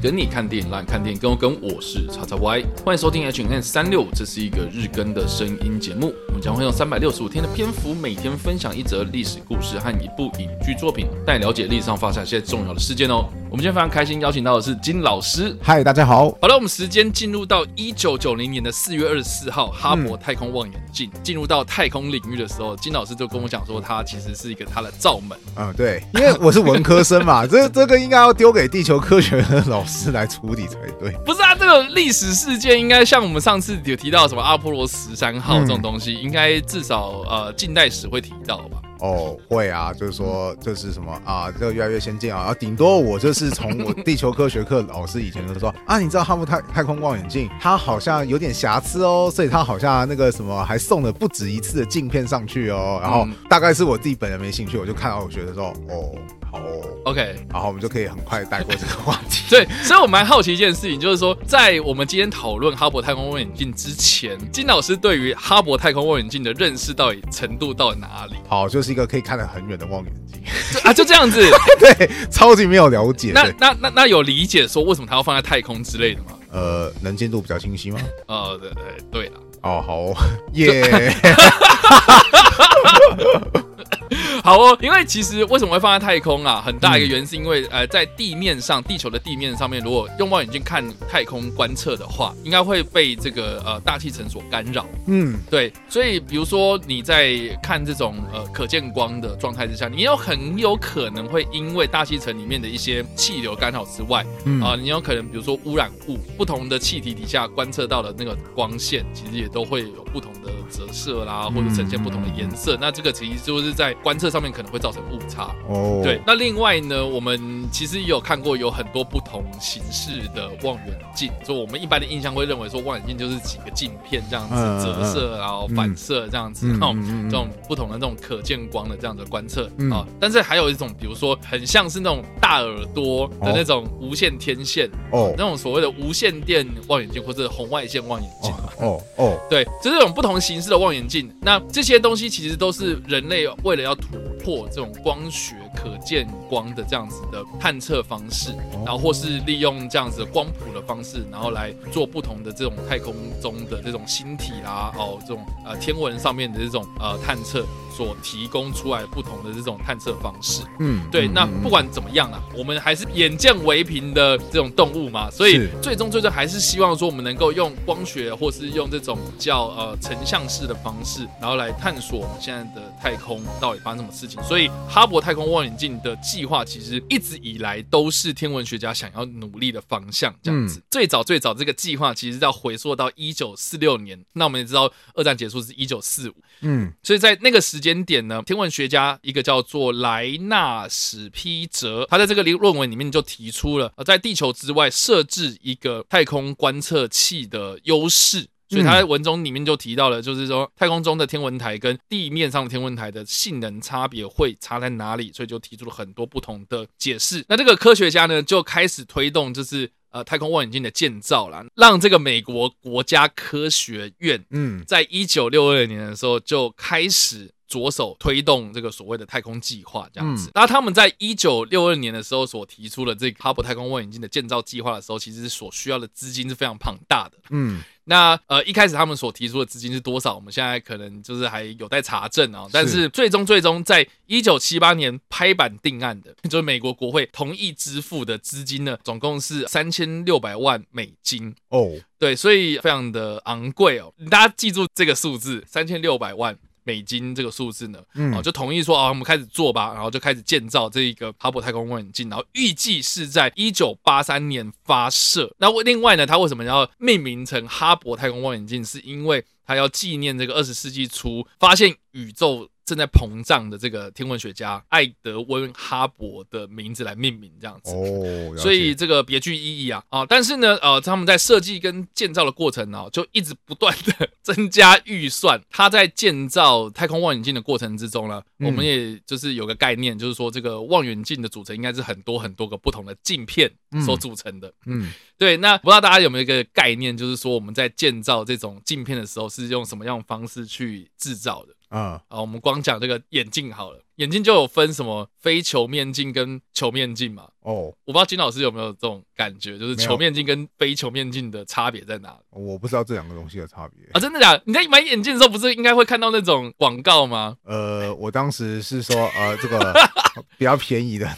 跟你看电影，让你看电影跟我跟我是叉叉 Y，欢迎收听 H N N 三六，这是一个日更的声音节目，我们将会用三百六十五天的篇幅，每天分享一则历史故事和一部影剧作品，带你了解历史上发生一些重要的事件哦。我们今天非常开心邀请到的是金老师。嗨，大家好。好了，我们时间进入到一九九零年的四月二十四号，哈勃太空望远镜进入到太空领域的时候，金老师就跟我讲说，它其实是一个它的罩门。嗯，对，因为我是文科生 嘛，这这个应该要丢给地球科学的老师来处理才对。不是啊，这个历史事件应该像我们上次有提到什么阿波罗十三号这种东西，应该至少呃近代史会提到吧？哦，会啊，就是说这是什么啊？这个越来越先进啊！啊，顶多我就是从我地球科学课老师以前就说啊，你知道哈勃太太空望远镜，它好像有点瑕疵哦，所以它好像那个什么还送了不止一次的镜片上去哦。然后嗯大概是我自己本人没兴趣，我就看到我觉得说哦，好哦， OK， 然后我们就可以很快带过这个话题。 对，所以我蛮好奇一件事情，就是说，在我们今天讨论哈勃太空望远镜之前，金老师对于哈勃太空望远镜的认识到底程度到底哪里？ 好，就是一个可以看得很远的望远镜，就啊，就这样子。 对，超级没有了解。那对那那那有理解说为什么它要放在太空之类的吗？呃，能见度比较清晰吗？呃，对对对了，哦，好 哦，耶，好哦，因为其实为什么会放在太空啊？很大一个原因是因为、呃，在地面上，地球的地面上面，如果用望远镜看太空观测的话，应该会被这个呃大气层所干扰。 嗯，对，所以比如说你在看这种呃可见光的状态之下，你有很有可能会因为大气层里面的一些气流干扰之外，啊、嗯你有可能比如说污染物，不同的气体底下观测到的那个光线，其实也都会有不同的折射啦，或者呈现不同的颜嗯色。那这个其实就是在观测上面可能会造成误差。哦，对，，那另外呢，我们其实也有看过有很多不同形式的望远镜，所以我们一般的印象会认为说望远镜就是几个镜片这样子嗯嗯嗯折射，然后反射这样子，嗯然后嗯嗯嗯这种不同的那种可见光的这样的观测嗯啊。但是还有一种，比如说很像是那种大耳朵的那种无线天线，哦那，种所谓的无线电望远镜或者红外线望远镜。啊哦，哦，哦，对，就这种不同形式的望远镜，那这些东西其实都是人类为了要突破这种光学可见光的这样子的探测方式，然后或是利用这样子的光谱的方式，然后来做不同的这种太空中的这种星体啦，哦，这种呃天文上面的这种呃探测所提供出来不同的这种探测方式。嗯，对，嗯那不，管怎么样啊，我们还是眼见为凭的这种动物嘛，所以是最终最终还是希望说我们能够用光学或是用这种叫呃成像式的方式，然后来探索我们现在的太空到底发生什么事情。所以哈勃太空望远镜的计划其实一直以来都是天文学家想要努力的方向，这样嗯子。最早最早这个计划其实要回溯到一九四六年，那我们也知道二战结束是一九四五，嗯所以在那个时间点呢，天文学家一个叫做莱纳史皮哲，他在这个论文里面就提出了，呃，在地球之外设置一个太空观测器的优势。所以他在文中里面就提到了，呃就是说太空中的天文台跟地面上的天文台的性能差别会差在哪里，所以就提出了很多不同的解释。那这个科学家呢，就开始推动就是呃太空望远镜的建造啦，让这个美国国家科学院嗯，在一九六二年的时候就开始着手推动这个所谓的太空计划，这样子。那他们在一九六二年的时候所提出的这个哈勃太空望远镜的建造计划的时候，其实所需要的资金是非常庞大的。嗯，那呃，一开始他们所提出的资金是多少？我们现在可能就是还有待查证啊、但是最终最终在一九七八年拍板定案的， 就是美国国会同意支付的资金呢，总共是三千六百万美金。哦，对，所以非常的昂贵哦。大家记住这个数字，三千六百万美金这个数字呢，嗯哦，就同意说啊、我们开始做吧，然后就开始建造这一个哈勃太空望远镜，然后预计是在一九八三年发射。那为另外呢，它为什么要命名成哈勃太空望远镜？是因为它要纪念这个二十世纪初发现宇宙。正在膨胀的这个天文学家艾德温·哈勃的名字来命名，这样子。哦，了所以解，这个别具意义啊啊！但是呢，呃，他们在设计跟建造的过程呢、就一直不断的增加预算。 他在建造太空望远镜的过程之中呢，嗯我们也就是有个概念，就是说这个望远镜的组成应该是很多很多个不同的镜片所组成的。嗯，对，那不知道大家有没有一个概念，就是说我们在建造这种镜片的时候是用什么样的方式去制造的？嗯啊，我们光讲这个眼镜好了，眼镜就有分什么非球面镜跟球面镜嘛。哦，我不知道金老师有没有这种感觉，就是没有球面镜跟非球面镜的差别在哪里我不知道这两个东西的差别。 啊？真的假的？你在买眼镜的时候，不是应该会看到那种广告吗？呃，我当时是说，呃，这 个比较便宜的，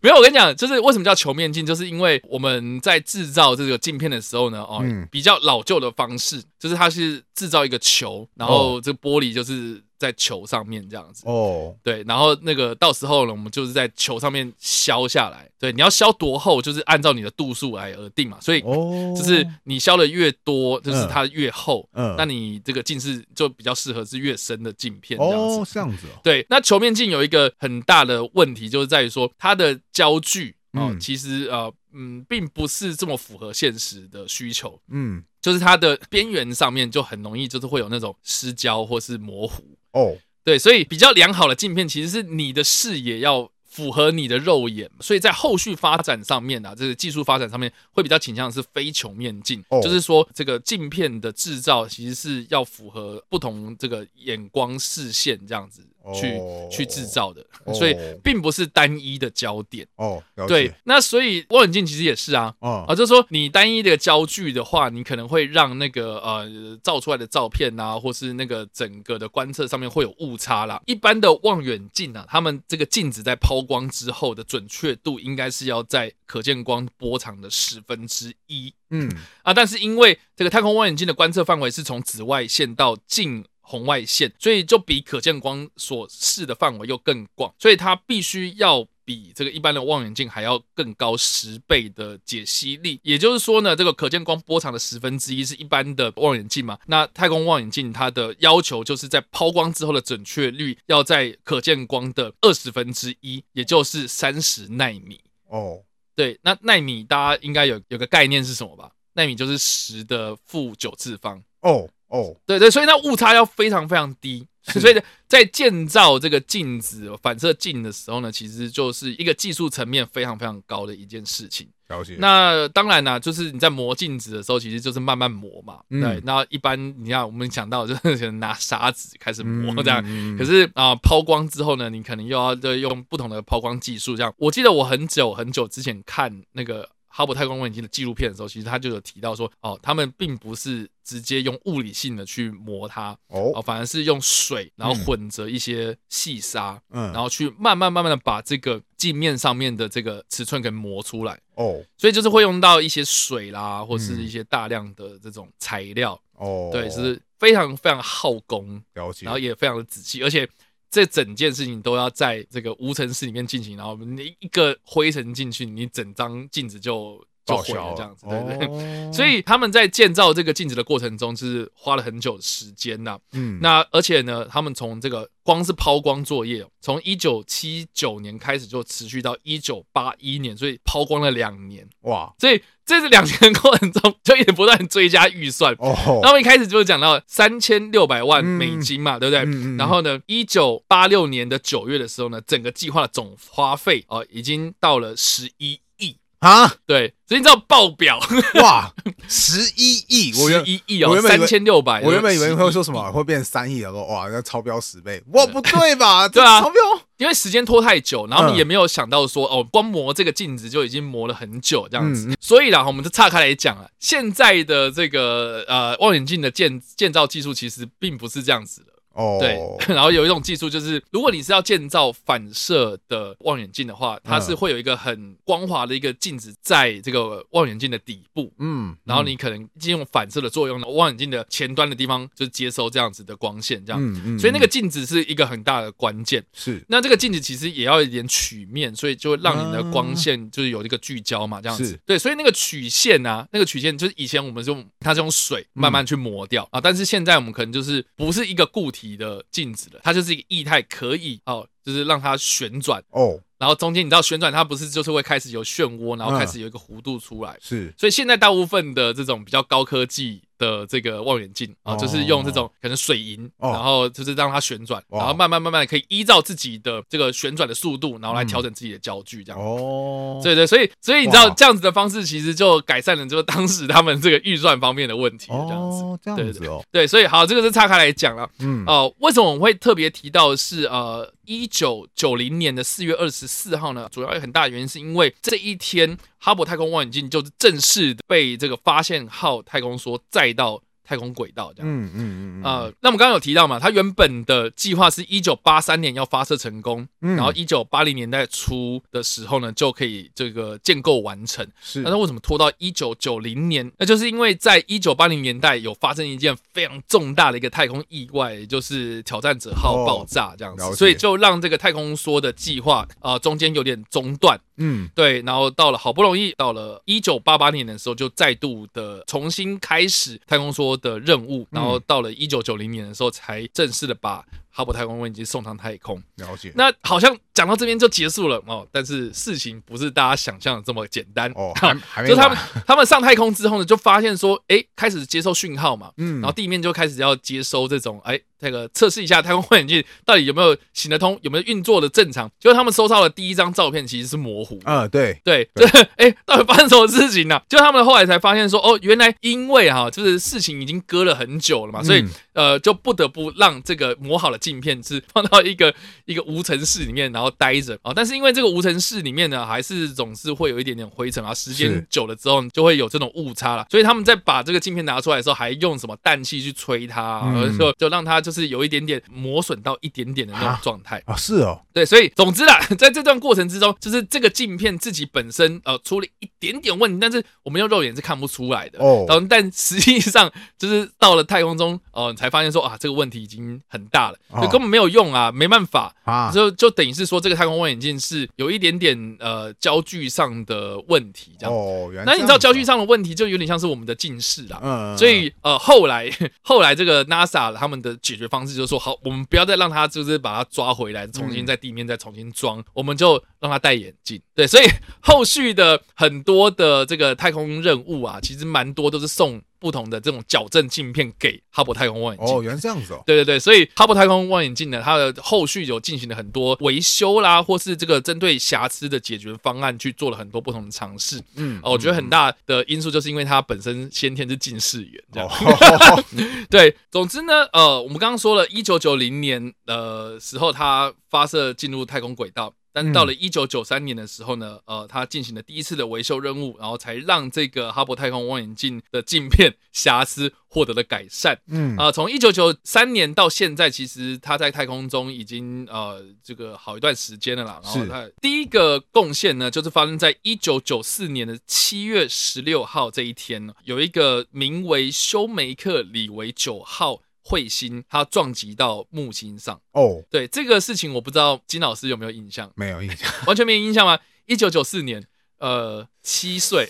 没有，我跟你讲，就是为什么叫球面镜，就是因为我们在制造这个镜片的时候呢，哦，嗯比较老旧的方式，就是它是制造一个球，然后这个玻璃就是在球上面这样子。哦，对，然后那个到时候呢，我们就是在球上面削下来。对，你要削多厚，就是按照你的度数来而定嘛。所以哦， 就是你削的越多，就是嗯它越厚，嗯那你这个近视就比较适合是越深的镜片这样子。哦，这样子哦，对，那球面镜有一个很大的问题，就是在于说它的焦距哦，嗯其实呃嗯，并不是这么符合现实的需求，嗯，就是它的边缘上面就很容易就是会有那种失焦或是模糊。哦，对，所以比较良好的镜片其实是你的视野要符合你的肉眼，所以在后续发展上面啊，这个技术发展上面会比较倾向是非球面镜，哦就是说这个镜片的制造其实是要符合不同这个眼光视线这样子去、哦去制造的，哦所以并不是单一的焦点。哦，了对解，，那所以望远镜其实也是啊，哦啊，，就是说你单一的焦距的话，你可能会让那个呃照出来的照片啊，或是那个整个的观测上面会有误差啦。一般的望远镜啊，他们这个镜子在抛光之后的准确度应该是要在可见光波长的十分之一嗯，啊，但是因为这个太空望远镜的观测范围是从紫外线到近红外线，所以就比可见光所视的范围又更广，所以它必须要。比这个一般的望远镜还要更高十倍的解析力，也就是说呢，这个可见光波长的十分之一是一般的望远镜嘛？那太空望远镜它的要求就是在抛光之后的准确率要在可见光的二十分之一，也就是三十纳米。哦，对，那纳米大家应该有有个概念是什么吧？纳米就是十的负九次方。哦，哦，对对，所以那误差要非常非常低。 所以呢在建造这个镜子反射镜的时候呢，其实就是一个技术层面非常非常高的一件事情。了解，那当然啦、就是你在磨镜子的时候，其实就是慢慢磨嘛。嗯对，那一般你看我们讲到就是 可能拿砂纸开始磨嗯这样，嗯可是啊、抛光之后呢，你可能又要再用不同的抛光技术。这样，我记得我很久很久之前看那个哈勃太空望远镜的纪录片的时候，其实他就有提到说，哦，他们并不是直接用物理性的去磨它，哦，哦，反而是用水，然后嗯混着一些细沙，嗯，然后去慢慢慢慢的把这个镜面上面的这个尺寸给磨出来。哦，所以就是会用到一些水啦，或是一些大量的这种材料，嗯哦，对，就是非常非常耗工。了解，然后也非常的仔细，而且这整件事情都要在这个无尘室里面进行，然后你一个灰尘进去，你整张镜子就就报毁销了这样子，对不对？哦 所以他们在建造这个镜子的过程中，就是花了很久的时间呐、嗯，那而且呢，他们从这个光是抛光作业哦，从一九七九年开始就持续到一九八一年，所以抛光了两年。哇，所以在这两年的过程中，就一直不断追加预算。那哦，么一开始就讲到三千六百万嗯美金嘛，对不对？嗯嗯嗯然后呢，一九八六年的九月的时候呢，整个计划的总花费哦、已经到了十一亿，啊，对，所以你知道爆表哇，十一亿，我十原一亿我哦，原本以三为千六百，我原本以为会说11什么会变三亿，然后哇，那超标十倍，哇，不 对吧？对啊这超标，因为时间拖太久，然后你嗯也没有想到说、哦，光磨这个镜子就已经磨了很久这样子，嗯所以啦，我们就岔开来讲了，现在的这个呃望远镜的建建造技术其实并不是这样子的。哦，对， 然后有一种技术就是，如果你是要建造反射的望远镜的话，它嗯是会有一个很光滑的一个镜子在这个望远镜的底部， 嗯， 然后你可能利用反射的作用，望远镜的前端的地方就接收这样子的光线，这样。嗯，嗯所以那个嗯镜子是一个很大的关键。是那这个镜子其实也要有一点曲面，所以就会让你的光啊线就是有一个聚焦嘛，这样子是。对，所以那个曲线啊，那个曲线就是以前我们是用它是用水慢慢去磨掉、啊，但是现在我们可能就是不是一个固体的镜子了，它就是一个液态，可以哦，就是让它旋转，哦，然后中间你知道旋转它不是就是会开始有漩涡，然后开始有一个弧度出来，是所以现在大部分的这种比较高科技的这个望远镜啊，就是用这种可能水银，哦然后就是让它旋转，哇然后慢慢慢慢地可以依照自己的这个旋转的速度，然后来调整自己的焦距这样。嗯哦，对对，所以所以你知道哇这样子的方式，其实就改善了就是当时他们这个预算方面的问题了这样子。哦，这样对子哦，对，所以好，这个是岔开来讲了。嗯，哦，为什么我们会特别提到的是呃一九九零年的四月二十四号呢？主要有很大的原因是因为这一天哈勃太空望远镜就是正式地被这个发现号太空梭载到太空轨道这样。嗯嗯嗯，呃，那我们刚刚有提到嘛，它原本的计划是一九八三年要发射成功，嗯然后一九八零年代初的时候呢，就可以这个建构完成。是，但是为什么拖到一九九零年？那就是因为在一九八零年代有发生一件非常重大的一个太空意外，也就是挑战者号爆炸这样子，哦了解所以就让这个太空梭的计划呃中间有点中断。嗯对，然后到了好不容易到了一九八八年的时候，就再度的重新开始太空梭的任务，然后到了一九九零年的时候才正式的把哈勃太空望远镜送上太空。了解，那好像讲到这边就结束了哦，但是事情不是大家想象的这么简单 哦，还还没就他们 完，他们上太空之后呢，就发现说，哎、开始接收讯号嘛，嗯，然后地面就开始要接收这种，哎、那个测试一下太空望远镜到底有没有行得通，有没有运作的正常。结果他们收到的第一张照片其实是模糊的。嗯，对，对，就是 哎、到底发生什么事情呢、 就他们后来才发现说，哦，原来因为哈、就是事情已经搁了很久了嘛，所以嗯呃，就不得不让这个磨好的镜片是放到一个一个无尘室里面，然后待着啊、但是因为这个无尘室里面呢，还是总是会有一点点灰尘啊，时间是久了之后就会有这种误差了。所以他们在把这个镜片拿出来的时候，还用什么氮气去吹它、啊，嗯就就让它就是有一点点磨损到一点点的那种啊状态。啊，是哦，对，所以总之啦， 在这段过程之中，就是这个镜片自己本身呃出了一点点问题，但是我们用肉眼是看不出来的。哦然后但实际上就是到了太空中，哦、你才发现说啊，这个问题已经很大了，就哦根本没有用啊，没办法。啊，就就等于是说，这个太空望远镜是有一点点呃焦距上的问题，这样。哦，原来那你知道焦距上，上的问题，就有点像是我们的近视啊啦。嗯，所以呃，后来 后来这个 NASA 他们的解决方式就是说，好，我们不要再让它就是把它抓回来，重新在地面再重新嗯装，我们就让它戴眼镜。对，所以后续的很多的这个太空任务啊，其实蛮多都是送不同的这种矫正镜片给哈勃太空望远镜。哦，原来这样子哦，对对对，所以哈勃太空望远镜呢，它的后续有进行了很多维修啦，或是这个针对瑕疵的解决方案去做了很多不同的尝试。嗯， 哦，我觉得很大的因素就是因为它本身先天是近视眼，这样。哦， 对，总之呢，呃，我们刚刚说了，一九九零年呃时候，它发射进入太空轨道，但是到了一九九三年的时候呢，呃，它进行了第一次的维修任务，然后才让这个哈勃太空望远镜的镜片 瑕疵获得了改善。嗯，啊、从一九九三年到现在，其实他在太空中已经呃这个好一段时间了啦。然后是他第一个贡献呢，就是发生在一九九四年的七月十六号这一天，有一个名为休梅克里维九号彗星，它撞击到木星上。哦，对这个事情，我不知道金老师有没有印象， 没有印象，完全没印象吗？一九九四年，呃，七岁。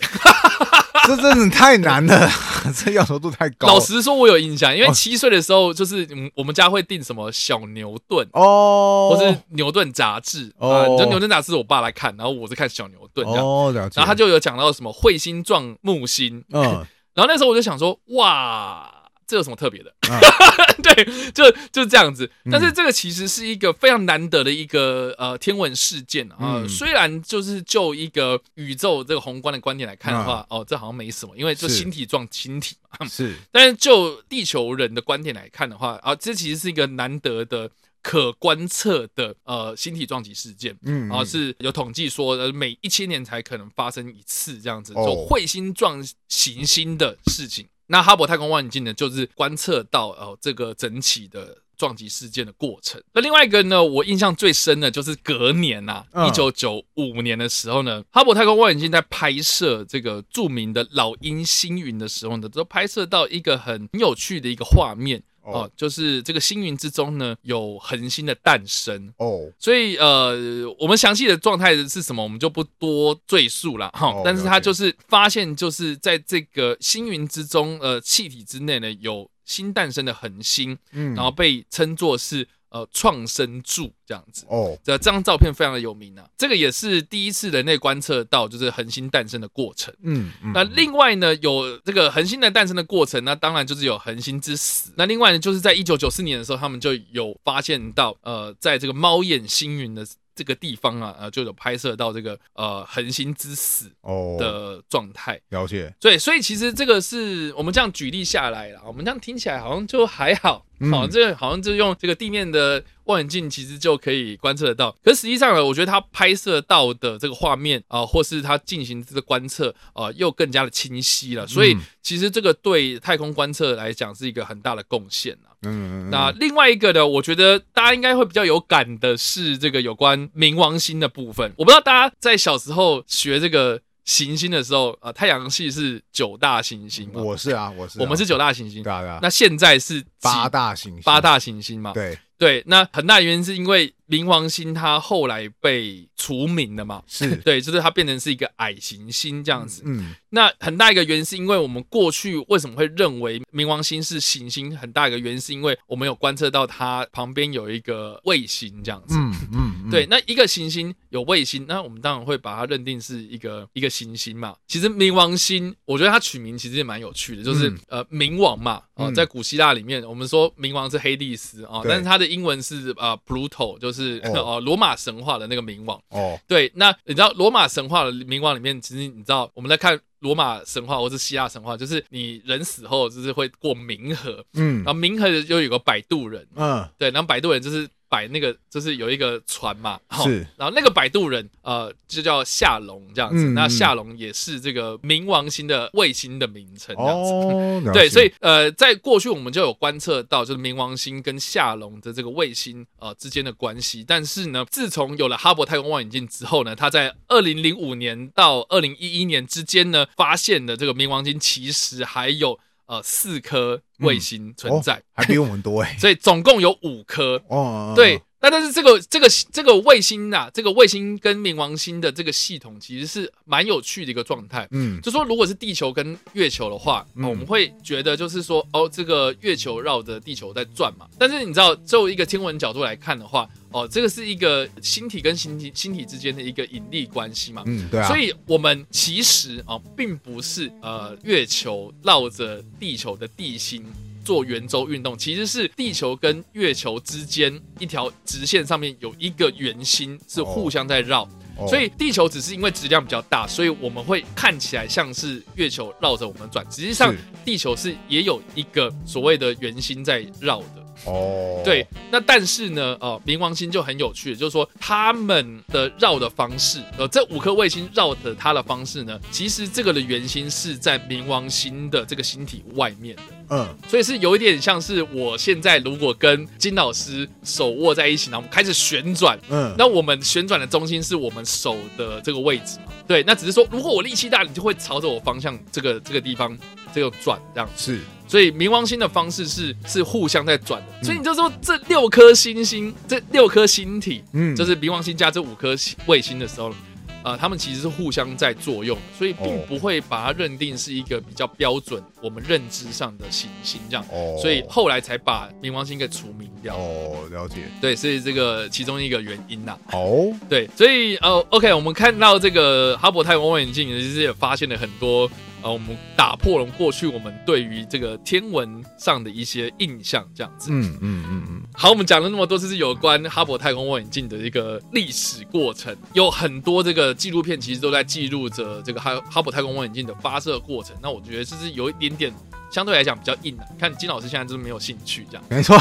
这真的太难了， 这要求度太高了，老实说，我有印象，因为哦七岁的时候，就是嗯我们家会订什么小牛顿。哦，或是牛顿杂志啊、哦你说牛顿杂志是我爸来看，然后我是看小牛顿这样。哦，了解，然后他就有讲到什么彗星撞木星，嗯， 然后那时候我就想说，哇，这有什么特别的？嗯 对，就就这样子。嗯但是这个其实是一个非常难得的一个呃天文事件啊、嗯虽然就是就一个宇宙这个宏观的观点来看的话，嗯哦，这好像没什么，因为就是星体撞星体嘛。是但是就地球人的观点来看的话，啊，这其实是一个难得的可观测的呃星体撞击事件。嗯啊，是有统计说，呃，每一千年才可能发生一次这样子，就哦彗星撞行星的事情。那哈勃太空望远镜呢，就是观测到呃这个整起的撞击事件的过程。那另外一个呢，我印象最深的就是隔年啊，一嗯九九五年的时候呢，哈勃太空望远镜在拍摄这个著名的老鹰星云的时候呢，都拍摄到一个很有趣的一个画面哦、哦就是这个星云之中呢有恒星的诞生。哦，所以呃，我们详细的状态是什么，我们就不多赘述了哈。哦但是它了解就是发现，就是在这个星云之中，呃，气体之内呢有新诞生的恒星，嗯，然后被称作是。呃创生柱这样子。哦，这这张照片非常的有名啊，这个也是第一次人类观测到就是恒星诞生的过程。嗯，嗯那另外呢，有这个恒星的诞生的过程，那当然就是有恒星之死。那另外呢，就是在一九九四年的时候，他们就有发现到，呃，在这个猫眼星云的这个地方啊，呃，就有拍摄到这个呃恒星之死哦，的状态。了解，对，所以其实这个是我们这样举例下来了，我们这样听起来好像就还好，嗯好、这个好像就用这个地面的望远镜，其实就可以观测得到。可实际上呢，我觉得它拍摄到的这个画面啊、或是它进行这个观测啊、又更加的清晰了。所以嗯其实这个对太空观测来讲是一个很大的贡献啊。嗯，嗯嗯那另外一个呢，我觉得大家应该会比较有感的是这个有关冥王星的部分。我不知道大家在小时候学这个行星的时候，呃，太阳系是九大行星嘛，我是啊，我是啊，我们是九大行星对，啊对啊，那现在是几八大行星，八大行星嘛？对，对，那很大原因是因为冥王星它后来被除名了嘛， 是对，就是它变成是一个矮行星这样子。嗯，那很大一个原因是因为我们过去为什么会认为冥王星是行星？很大一个原因是因为我们有观测到它旁边有一个卫星这样子。嗯嗯，嗯对，，那一个行星有卫星，那我们当然会把它认定是一个一个行星嗯嘛。其实冥王星，我觉得它取名其实也蛮有趣的，就是、嗯呃冥王嘛，啊、嗯在古希腊里面，我们说冥王是黑帝斯啊、对但是它的英文是啊、Pluto，就是 哦哦罗、马神话的那个冥王。哦，对，那你知道罗马神话的冥王里面，其实你知道我们在看罗马神话或是希腊神话，就是你人死后就是会过冥河，嗯然后冥河又有个摆渡人，嗯，对，然后摆渡人就是摆那个就是有一个船嘛，齁是，然后那个摆渡人呃就叫夏龙这样子，嗯那嗯夏龙也是这个冥王星的卫星的名称这样子。哦，了呃对，解所以呃，在过去我们就有观测到，就是冥王星跟夏龙的这个卫星呃之间的关系。但是呢，自从有了哈勃太空望远镜之后呢，它在二零零五年到二零一一年之间呢，发现的这个冥王星其实还有呃四颗卫星存在，还比我们多哎，所以总共有五颗。哦哦，哦对，，那但是这个这个这个卫星呐、这个卫星跟冥王星的这个系统其实是蛮有趣的一个状态。嗯，就说如果是地球跟月球的话，嗯哦我们会觉得就是说，哦，这个月球绕着地球在转嘛。但是你知道，就一个天文角度来看的话，哦，这个是一个星体跟星体星体之间的一个引力关系嘛。嗯，对啊，所以我们其实啊、哦并不是呃月球绕着地球的地心。做圆周运动其实是地球跟月球之间一条直线上面有一个圆心是互相在绕，哦所以地球只是因为质量比较大，所以我们会看起来像是月球绕着我们转，实际上是地球是也有一个所谓的圆心在绕的。哦，对，，那但是呢，呃，冥王星就很有趣，就是说他们的绕的方式，呃，这五颗卫星绕的它的方式呢，其实这个的圆心是在冥王星的这个星体外面的。嗯，所以是有一点像是我现在如果跟金老师手握在一起，然后我们开始旋转，嗯，那我们旋转的中心是我们手的这个位置嘛？对，那只是说，如果我力气大，你就会朝着我方向这个这个地方这个转这样。是所以冥王星的方式是是互相在转的。所以你就说这六颗星星，这六颗星体，嗯就是冥王星加这五颗星卫星的时候。啊，它们其实是互相在作用，所以并哦不会把它认定是一个比较标准我们认知上的行星这样，哦，所以后来才把冥王星给除名掉。哦，了解，对，是这个其中一个原因呐、哦，对，所以呃，OK，我们看到这个哈勃太空望远镜，其实也发现了很多呃，我们打破了过去我们对于这个天文上的一些印象，这样子。嗯嗯嗯嗯，好，我们讲了那么多，这是有关哈勃太空望远镜的一个历史过程，有很多这个纪录片其实都在记录着这个哈哈勃太空望远镜的发射过程。那我觉得这是有一点点相对来讲比较硬的、啊看金老师现在就是没有兴趣这样。没错，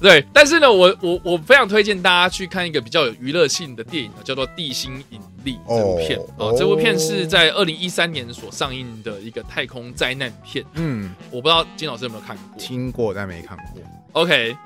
对，但是呢，我我我非常推荐大家去看一个比较有娱乐性的电影呢，叫做《地心引力》这部片哦、哦哦这部片是在二零一三年所上映的一个太空灾难片，嗯，我不知道金老师有没有看过。听过但没看过， OK，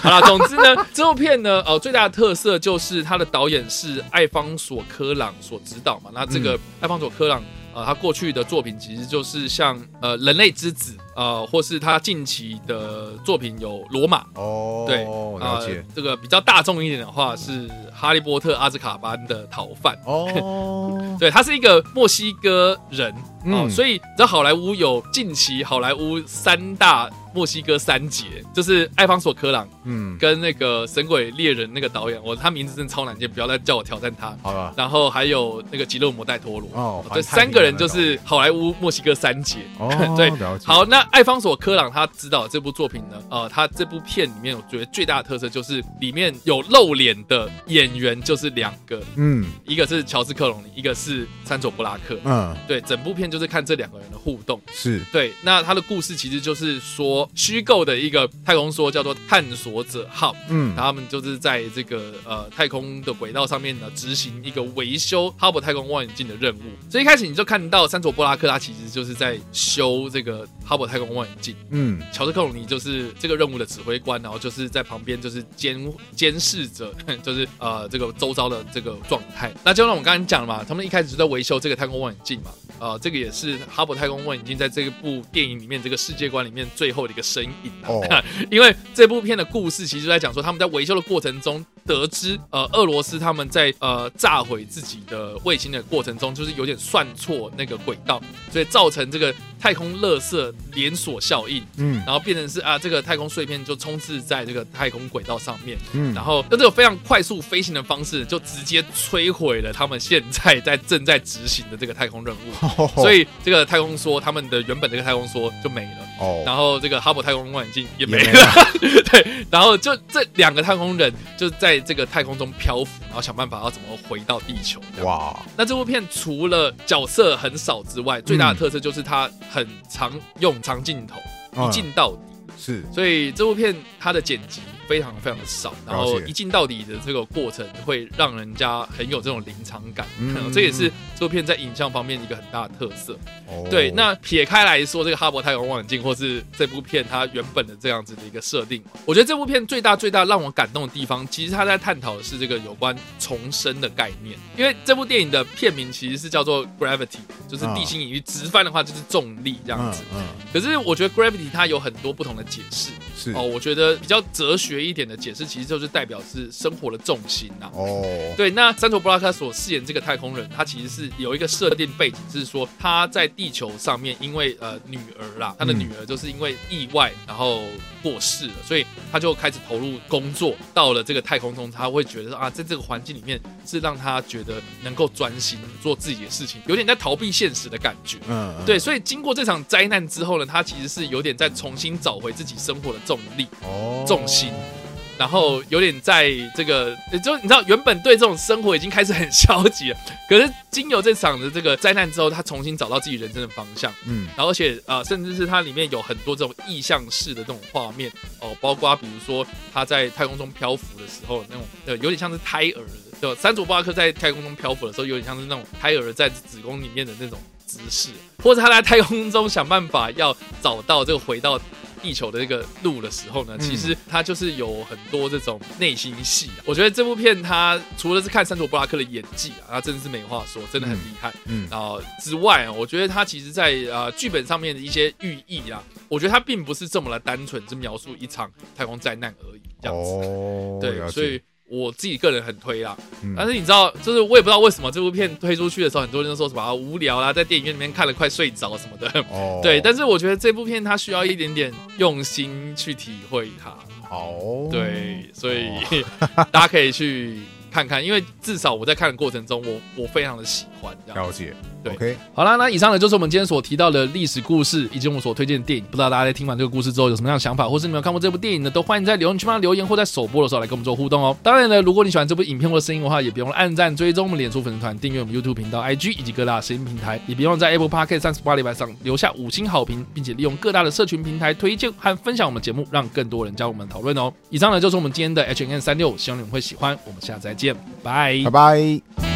好啦，总之呢， 这部片呢，呃，最大的特色就是它的导演是艾方索·科朗所指导嘛。那这个嗯艾方索·科朗，呃，他过去的作品其实就是像呃《人类之子》呃，或是他近期的作品有《罗马》哦，对了解呃，，这个比较大众一点的话是《哈利波特》阿兹卡班的逃犯。哦， 对，他是一个墨西哥人，嗯哦，所以这好莱坞有近期好莱坞三大墨西哥三杰，就是艾方索·科朗 嗯，跟那个《神鬼猎人》那个导演，我哦他名字真的超难念，不要再叫我挑战他。好了，然后还有那个吉勒摩·戴托罗，哦这三个人就是好莱坞墨西哥三杰。，哦 对了解，好，那艾方索·科朗他指导这部作品呢，呃，他这部片里面我觉得最大的特色就是里面有露脸的演员就是两个，嗯一个是乔治·克隆尼，一个是山佐·布拉克。嗯，对，整部片就是看这两个人的互动。是，对，那他的故事其实就是说虚构的一个太空说叫做探索者号，嗯他们就是在这个呃太空的轨道上面呢，执行一个维修哈勃太空望远镜的任务。所以一开始你就看到山佐布拉克他其实就是在修这个哈勃太空望远镜，嗯乔治克鲁尼就是这个任务的指挥官，然后就是在旁边就是监监视着， 就是呃这个周遭的这个状态。那就像我们刚刚讲了嘛，他们一开始就在维修这个太空望远镜嘛，呃，这个也是哈勃太空望远镜在这部电影里面这个世界观里面最后的一个身影、啊。 哦因为这部片的故事其实就在讲说他们在维修的过程中得知，呃，俄罗斯他们在呃炸毁自己的卫星的过程中，就是有点算错那个轨道，所以造成这个太空垃圾连锁效应。嗯然后变成是啊，这个太空碎片就充斥在这个太空轨道上面，嗯，然后用这个非常快速飞行的方式，就直接摧毁了他们现在在正在执行的这个太空任务。所以以这个太空梭，他们的原本这个太空梭就没了，哦然后这个哈勃太空望远镜也也没没了，对，然后就这两个太空人就在这个太空中漂浮，然后想办法要怎么回到地球。这样哇，那这部片除了角色很少之外，最大的特色就是它很常用长镜头， 一嗯镜到底。是所以这部片它的剪辑非常非常的少，然后了解一镜到底的这个过程会让人家很有这种临场感，嗯嗯、 这也是这部片在影像方面一个很大的特色。哦对，那撇开来说，这个哈勃太空望远镜或是这部片它原本的这样子的一个设定，我觉得这部片最大最大让我感动的地方，其实它在探讨的是这个有关重生的概念，因为这部电影的片名其实是叫做 Gravity，就是地心引力，直翻的话就是重力这样啊嗯子。嗯可是我觉得 Gravity 它有很多不同的解释。是哦，我觉得比较哲学一点的解释，其实就是代表是生活的重心啊呐、哦对，那山卓布拉克所饰演这个太空人，他其实是有一个设定背景，是说他在地球上面，因为呃女儿啦，他的嗯女儿就是因为意外然后过世了，所以他就开始投入工作。到了这个太空中，他会觉得说啊，在这个环境里面是让他觉得能够专心做自己的事情，有点在逃避现实的感觉。嗯嗯对，所以经过这场灾难之后呢，他其实是有点在重新找回自己生活的重力，哦重心然后有点在这个，呃就你知道，原本对这种生活已经开始很消极了，可是经由这场的这个灾难之后，他重新找到自己人生的方向，嗯然后而且呃，甚至是它里面有很多这种意象式的这种画面哦，包括比如说他在太空中漂浮的时候那种，呃，有点像是胎儿的，对吧，三卓巴克在太空中漂浮的时候，有点像是那种胎儿在子宫里面的那种姿势，或者他在太空中想办法要找到这个回到。地球的这个路的时候呢，嗯其实他就是有很多这种内心戏啊、我觉得这部片他除了是看三卓布拉克的演技啊，他真的是没话说，真的很嗯厉害。嗯啊、之外，我觉得它其实在呃剧本上面的一些寓意啊，我觉得它并不是这么的单纯，只描述一场太空灾难而已，这样子。哦对，了所以解我自己个人很推啦。嗯但是你知道，就是我也不知道为什么这部片推出去的时候，很多人都说什么、啊、无聊啦，在电影院里面看了快睡着什么的。哦对，但是我觉得这部片它需要一点点用心去体会它。哦对，所以、大家可以去看看，因为至少我在看的过程中，我我非常的喜欢这样。了解对 OK 好啦，那以上呢就是我们今天所提到的历史故事以及我们所推荐的电影。不知道大家在听完这个故事之后有什么样的想法，或是你们有看过这部电影呢？都欢迎在留言区帮留言，或在首播的时候来跟我们做互动哦。当然呢，如果你喜欢这部影片或者声音的话，也别忘了按赞、追踪我们脸书粉丝团、订阅我们 YouTube 频道、IG 以及各大声音平台，也别忘了在 Apple Podcast 三十八礼拜上留下五星好评，并且利用各大的社群平台推荐和分享我们的节目，让更多人加入我们的讨论哦。以上呢就是我们今天的 H N 三六，希望你们会喜欢。我们下次再见，拜拜拜。